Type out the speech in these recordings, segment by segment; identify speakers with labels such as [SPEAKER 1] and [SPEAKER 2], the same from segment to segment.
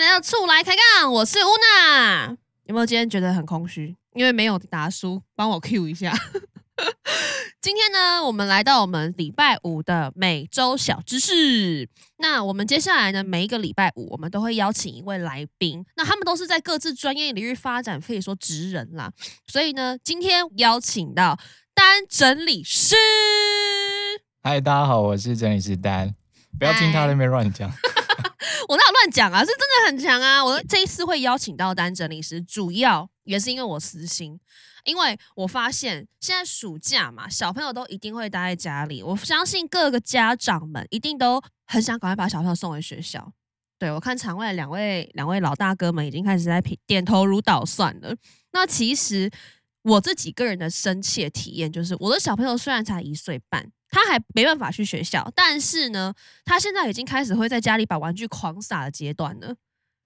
[SPEAKER 1] 的出来开杠，我是乌娜。有没有今天觉得很空虚？因为没有达叔帮我 Q 一下。 今天呢，我们来到我们礼拜五的每周小知识。那我们接下来呢，每一个礼拜五我们都会邀请一位来宾，那他们都是在各自专业领域发展，可以说职人啦。所以呢，今天邀请到单整理师。
[SPEAKER 2] 嗨，大家好，我是整理师丹。不要听他那边乱 讲。
[SPEAKER 1] 我哪有乱讲啊？是真的很强啊！我这一次会邀请到单整理师，主要也是因为我私心，因为我发现现在暑假嘛，小朋友都一定会待在家里，我相信各个家长们一定都很想赶快把小朋友送回学校。对我看场外两位两位老大哥们已经开始在点点头如捣蒜了。那其实我自己个人的深切体验就是，我的小朋友虽然才一岁半，他还没办法去学校，但是呢，他现在已经开始会在家里把玩具狂撒的阶段了。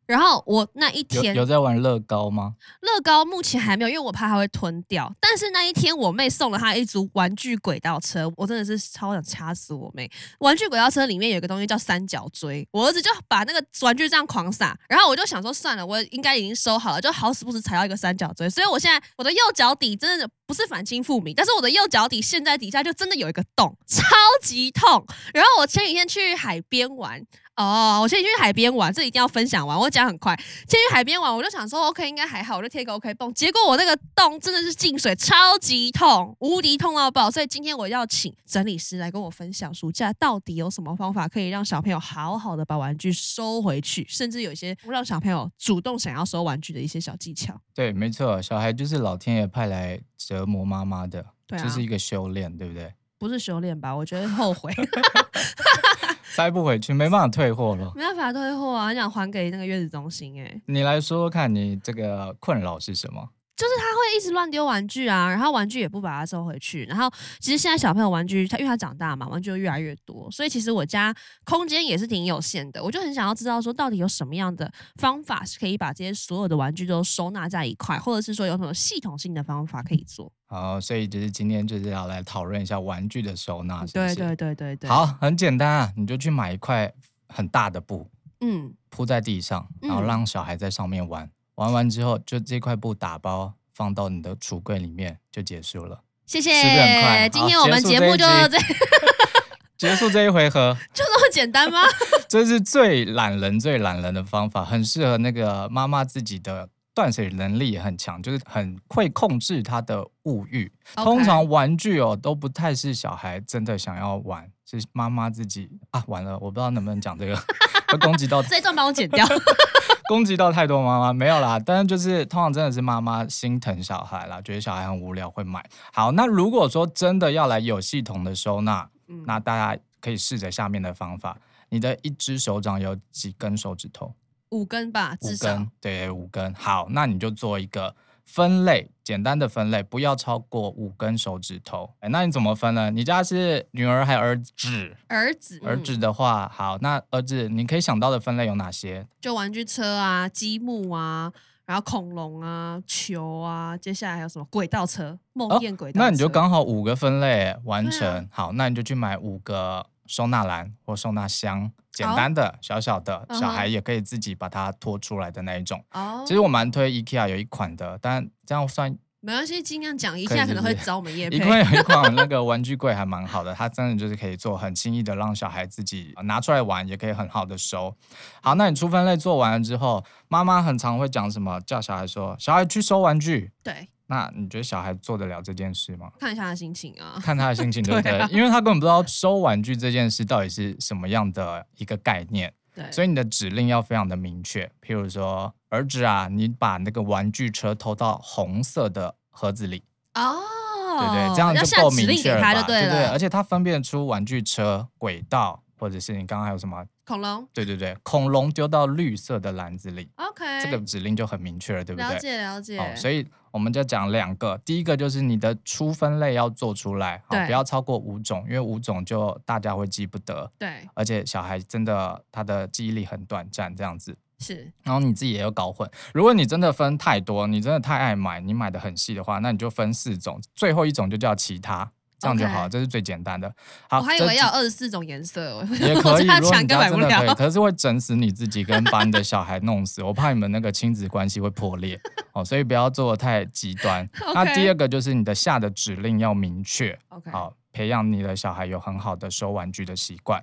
[SPEAKER 1] 然后我那一
[SPEAKER 2] 有
[SPEAKER 1] 天
[SPEAKER 2] 有在玩乐高吗？
[SPEAKER 1] 乐高目前还没有，因为我怕它会吞掉。但是那一天我妹送了她一组玩具轨道车，我真的是超想掐死我妹。玩具轨道车里面有一个东西叫三角锥，我儿子就把那个玩具这样狂撒，然后我就想说算了，我应该已经收好了，就好死不死踩到一个三角锥，所以我现在我的右脚底真的不是反清复明，但是我的右脚底现在底下就真的有一个洞，超级痛。然后我前几天去海边玩。哦，我前几天去海边玩，这一定要分享完，我讲很快。先去海边玩，我就想说 OK 应该还好，我就贴个 OK 泵。结果我那个洞真的是进水，超级痛，无敌痛到爆。所以今天我要请整理师来跟我分享，暑假到底有什么方法可以让小朋友好好的把玩具收回去，甚至有一些让小朋友主动想要收玩具的一些小技巧。
[SPEAKER 2] 对，没错，小孩就是老天爷派来折磨妈妈的，
[SPEAKER 1] 对啊
[SPEAKER 2] 这是一个修炼，对不对？
[SPEAKER 1] 不是修炼吧？我觉得后悔，
[SPEAKER 2] 塞不回去，没办法退货了。
[SPEAKER 1] 没办法退货啊！很想还给那个月子中心哎、
[SPEAKER 2] 你来说说看，你这个困扰是什么？
[SPEAKER 1] 就是他会一直乱丢玩具啊，然后玩具也不把它收回去。然后其实现在小朋友玩具，他因为他长大嘛，玩具就越来越多，所以其实我家空间也是挺有限的。我就很想要知道说，到底有什么样的方法是可以把这些所有的玩具都收纳在一块，或者是说有什么系统性的方法可以做？
[SPEAKER 2] 好，所以就是今天就是要来讨论一下玩具的收纳，是不
[SPEAKER 1] 对
[SPEAKER 2] 是？
[SPEAKER 1] 对对对对，
[SPEAKER 2] 好，，很简单啊，你就去买一块很大的布，
[SPEAKER 1] 嗯，
[SPEAKER 2] 铺在地上，然后
[SPEAKER 1] 嗯
[SPEAKER 2] 让小孩在上面玩。玩完之后，就这块布打包放到你的橱柜里面就结束了。
[SPEAKER 1] 谢谢
[SPEAKER 2] 是不是很快。啊
[SPEAKER 1] 今
[SPEAKER 2] 好
[SPEAKER 1] 天我们节
[SPEAKER 2] 结束
[SPEAKER 1] 目就
[SPEAKER 2] 这一
[SPEAKER 1] 这
[SPEAKER 2] 结束这一回合，
[SPEAKER 1] 就这么简 单吗？
[SPEAKER 2] 这是最懒人、最懒人的方法，很适合那个妈妈自己的断舍离能力也很强，就是很会控制她的物欲。通
[SPEAKER 1] OK
[SPEAKER 2] 常玩具哦都不太是小孩真的想要玩，是妈妈自己啊。完了，我不知道能不能讲这个， 会攻击到
[SPEAKER 1] 这一段帮我剪掉。
[SPEAKER 2] 攻击到太多妈妈没有啦，但是就是通常真的是妈妈心疼小孩啦，觉得小孩很无聊会买。好，那如果说真的要来有系统的收纳，
[SPEAKER 1] 嗯
[SPEAKER 2] 那大家可以试着下面的方法：你的一只手掌有几根手指头？
[SPEAKER 1] 五根吧，
[SPEAKER 2] 五
[SPEAKER 1] 至少
[SPEAKER 2] 根，对，五根。好，那你就做一个分类，简单的分类，不要超过五根手指头。哎，那你怎么分呢？你家是女儿还有儿子？
[SPEAKER 1] 儿子
[SPEAKER 2] 儿
[SPEAKER 1] 嗯
[SPEAKER 2] 子的话，好，那儿子你可以想到的分类有哪些？
[SPEAKER 1] 就玩具车啊、积木啊，然后恐龙啊、球啊，接下来还有什么轨道车、梦
[SPEAKER 2] 哦
[SPEAKER 1] 魇轨道车、
[SPEAKER 2] 那你就刚好五个分类完
[SPEAKER 1] 对
[SPEAKER 2] 成，
[SPEAKER 1] 啊
[SPEAKER 2] 好，那你就去买五个收纳篮或收纳箱，简单的、小小的，
[SPEAKER 1] 嗯哼
[SPEAKER 2] 小孩也可以自己把它拖出来的那一种。
[SPEAKER 1] 哦，
[SPEAKER 2] 其实我蛮推 IKEA 有一款的，但这样算
[SPEAKER 1] 没关系，尽量讲一
[SPEAKER 2] 可以
[SPEAKER 1] 下，可
[SPEAKER 2] 是
[SPEAKER 1] 能
[SPEAKER 2] 不
[SPEAKER 1] 会
[SPEAKER 2] 是
[SPEAKER 1] 找我们叶
[SPEAKER 2] 一
[SPEAKER 1] 配。
[SPEAKER 2] 款有一款那个玩具柜还蛮好的，它真的就是可以做很轻易的让小孩自己呃拿出来玩，也可以很好的收。好，那你出分类做完了之后，妈妈很常会讲什么？叫小孩说小孩去收玩具。
[SPEAKER 1] 对，
[SPEAKER 2] 那你觉得小孩做得了这件事吗？
[SPEAKER 1] 看一下他的心情 啊。
[SPEAKER 2] 看他的心情，对不对？
[SPEAKER 1] 对啊
[SPEAKER 2] 因为他根本不知道收玩具这件事到底是什么样的一个概念，
[SPEAKER 1] 对，
[SPEAKER 2] 所
[SPEAKER 1] 以
[SPEAKER 2] 以你的指令要非常的明确。譬如说，儿子啊，你把那个玩具车投到红色的盒子里，
[SPEAKER 1] 哦，
[SPEAKER 2] 对不对？这样
[SPEAKER 1] 要
[SPEAKER 2] 就
[SPEAKER 1] 下
[SPEAKER 2] 够
[SPEAKER 1] 指
[SPEAKER 2] 明
[SPEAKER 1] 令
[SPEAKER 2] 确
[SPEAKER 1] 给
[SPEAKER 2] 了
[SPEAKER 1] 他
[SPEAKER 2] 吧？
[SPEAKER 1] 就
[SPEAKER 2] 对不对？
[SPEAKER 1] 了
[SPEAKER 2] 而。且他分辨出玩具车、轨道，或者是你刚刚还有什么？
[SPEAKER 1] 恐龙
[SPEAKER 2] 对对对，恐龙丢到绿色的篮子里，
[SPEAKER 1] ，OK，
[SPEAKER 2] 这个指令就很明确了，对不对？
[SPEAKER 1] 了解了解。
[SPEAKER 2] 哦，所以我们就讲两个，第一个就是你的初分类要做出来，好，
[SPEAKER 1] 对
[SPEAKER 2] 不要超过五种，因为五种就大家会记不得，
[SPEAKER 1] 对，
[SPEAKER 2] 而且小孩真的他的记忆力很短暂这样子。
[SPEAKER 1] 是
[SPEAKER 2] 然后你自己也有搞混。如果你真的分太多，你真的太爱买，你买的很细的话，那你就分四种，最后一种就叫其他。这样就
[SPEAKER 1] OK
[SPEAKER 2] 好，这是最简单的。好，
[SPEAKER 1] 我还以
[SPEAKER 2] 这
[SPEAKER 1] 为要二十四种颜色， 我
[SPEAKER 2] 也可
[SPEAKER 1] 我
[SPEAKER 2] 以，
[SPEAKER 1] 这样
[SPEAKER 2] 如果
[SPEAKER 1] 抢
[SPEAKER 2] 你
[SPEAKER 1] 根
[SPEAKER 2] 家
[SPEAKER 1] 买不
[SPEAKER 2] 真的可以，
[SPEAKER 1] 了。
[SPEAKER 2] 可是会整死你自己，跟把你的小孩弄死。我怕你们那个亲子关系会破裂 哦，所以不要做的太极端。那
[SPEAKER 1] OK
[SPEAKER 2] 第二个就是你的下的指令要明确，
[SPEAKER 1] OK，
[SPEAKER 2] 好，培养你的小孩有很好的收玩具的习惯。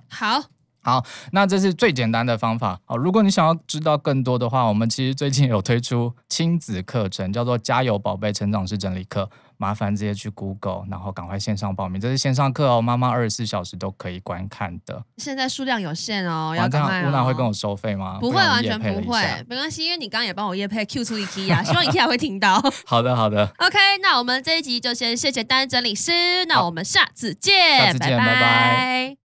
[SPEAKER 1] 好，
[SPEAKER 2] 那这是最简单的方法哦。如果你想要知道更多的话，我们其实最近有推出亲子课程，叫做“加油宝贝成长式整理课”，麻烦直接去 Google，然后赶快线上报名。这是线上课哦，妈妈二十四小时都可以观看的。
[SPEAKER 1] 现在数量有限哦，要
[SPEAKER 2] 哇这
[SPEAKER 1] 赶
[SPEAKER 2] 样
[SPEAKER 1] 快哦。
[SPEAKER 2] 乌娜会跟我收费吗？
[SPEAKER 1] 不会，
[SPEAKER 2] 然我
[SPEAKER 1] 完
[SPEAKER 2] 业
[SPEAKER 1] 全
[SPEAKER 2] 配
[SPEAKER 1] 不
[SPEAKER 2] 了一下
[SPEAKER 1] 会，。没关系，因为你刚刚也帮我夜配 Q 出啊 IKEA，希望 IKEA 会听到。
[SPEAKER 2] 好的，好的，
[SPEAKER 1] OK，那我们这一集就先谢谢单整理师，那
[SPEAKER 2] 好
[SPEAKER 1] 我们下次见，
[SPEAKER 2] 下次见拜拜
[SPEAKER 1] 拜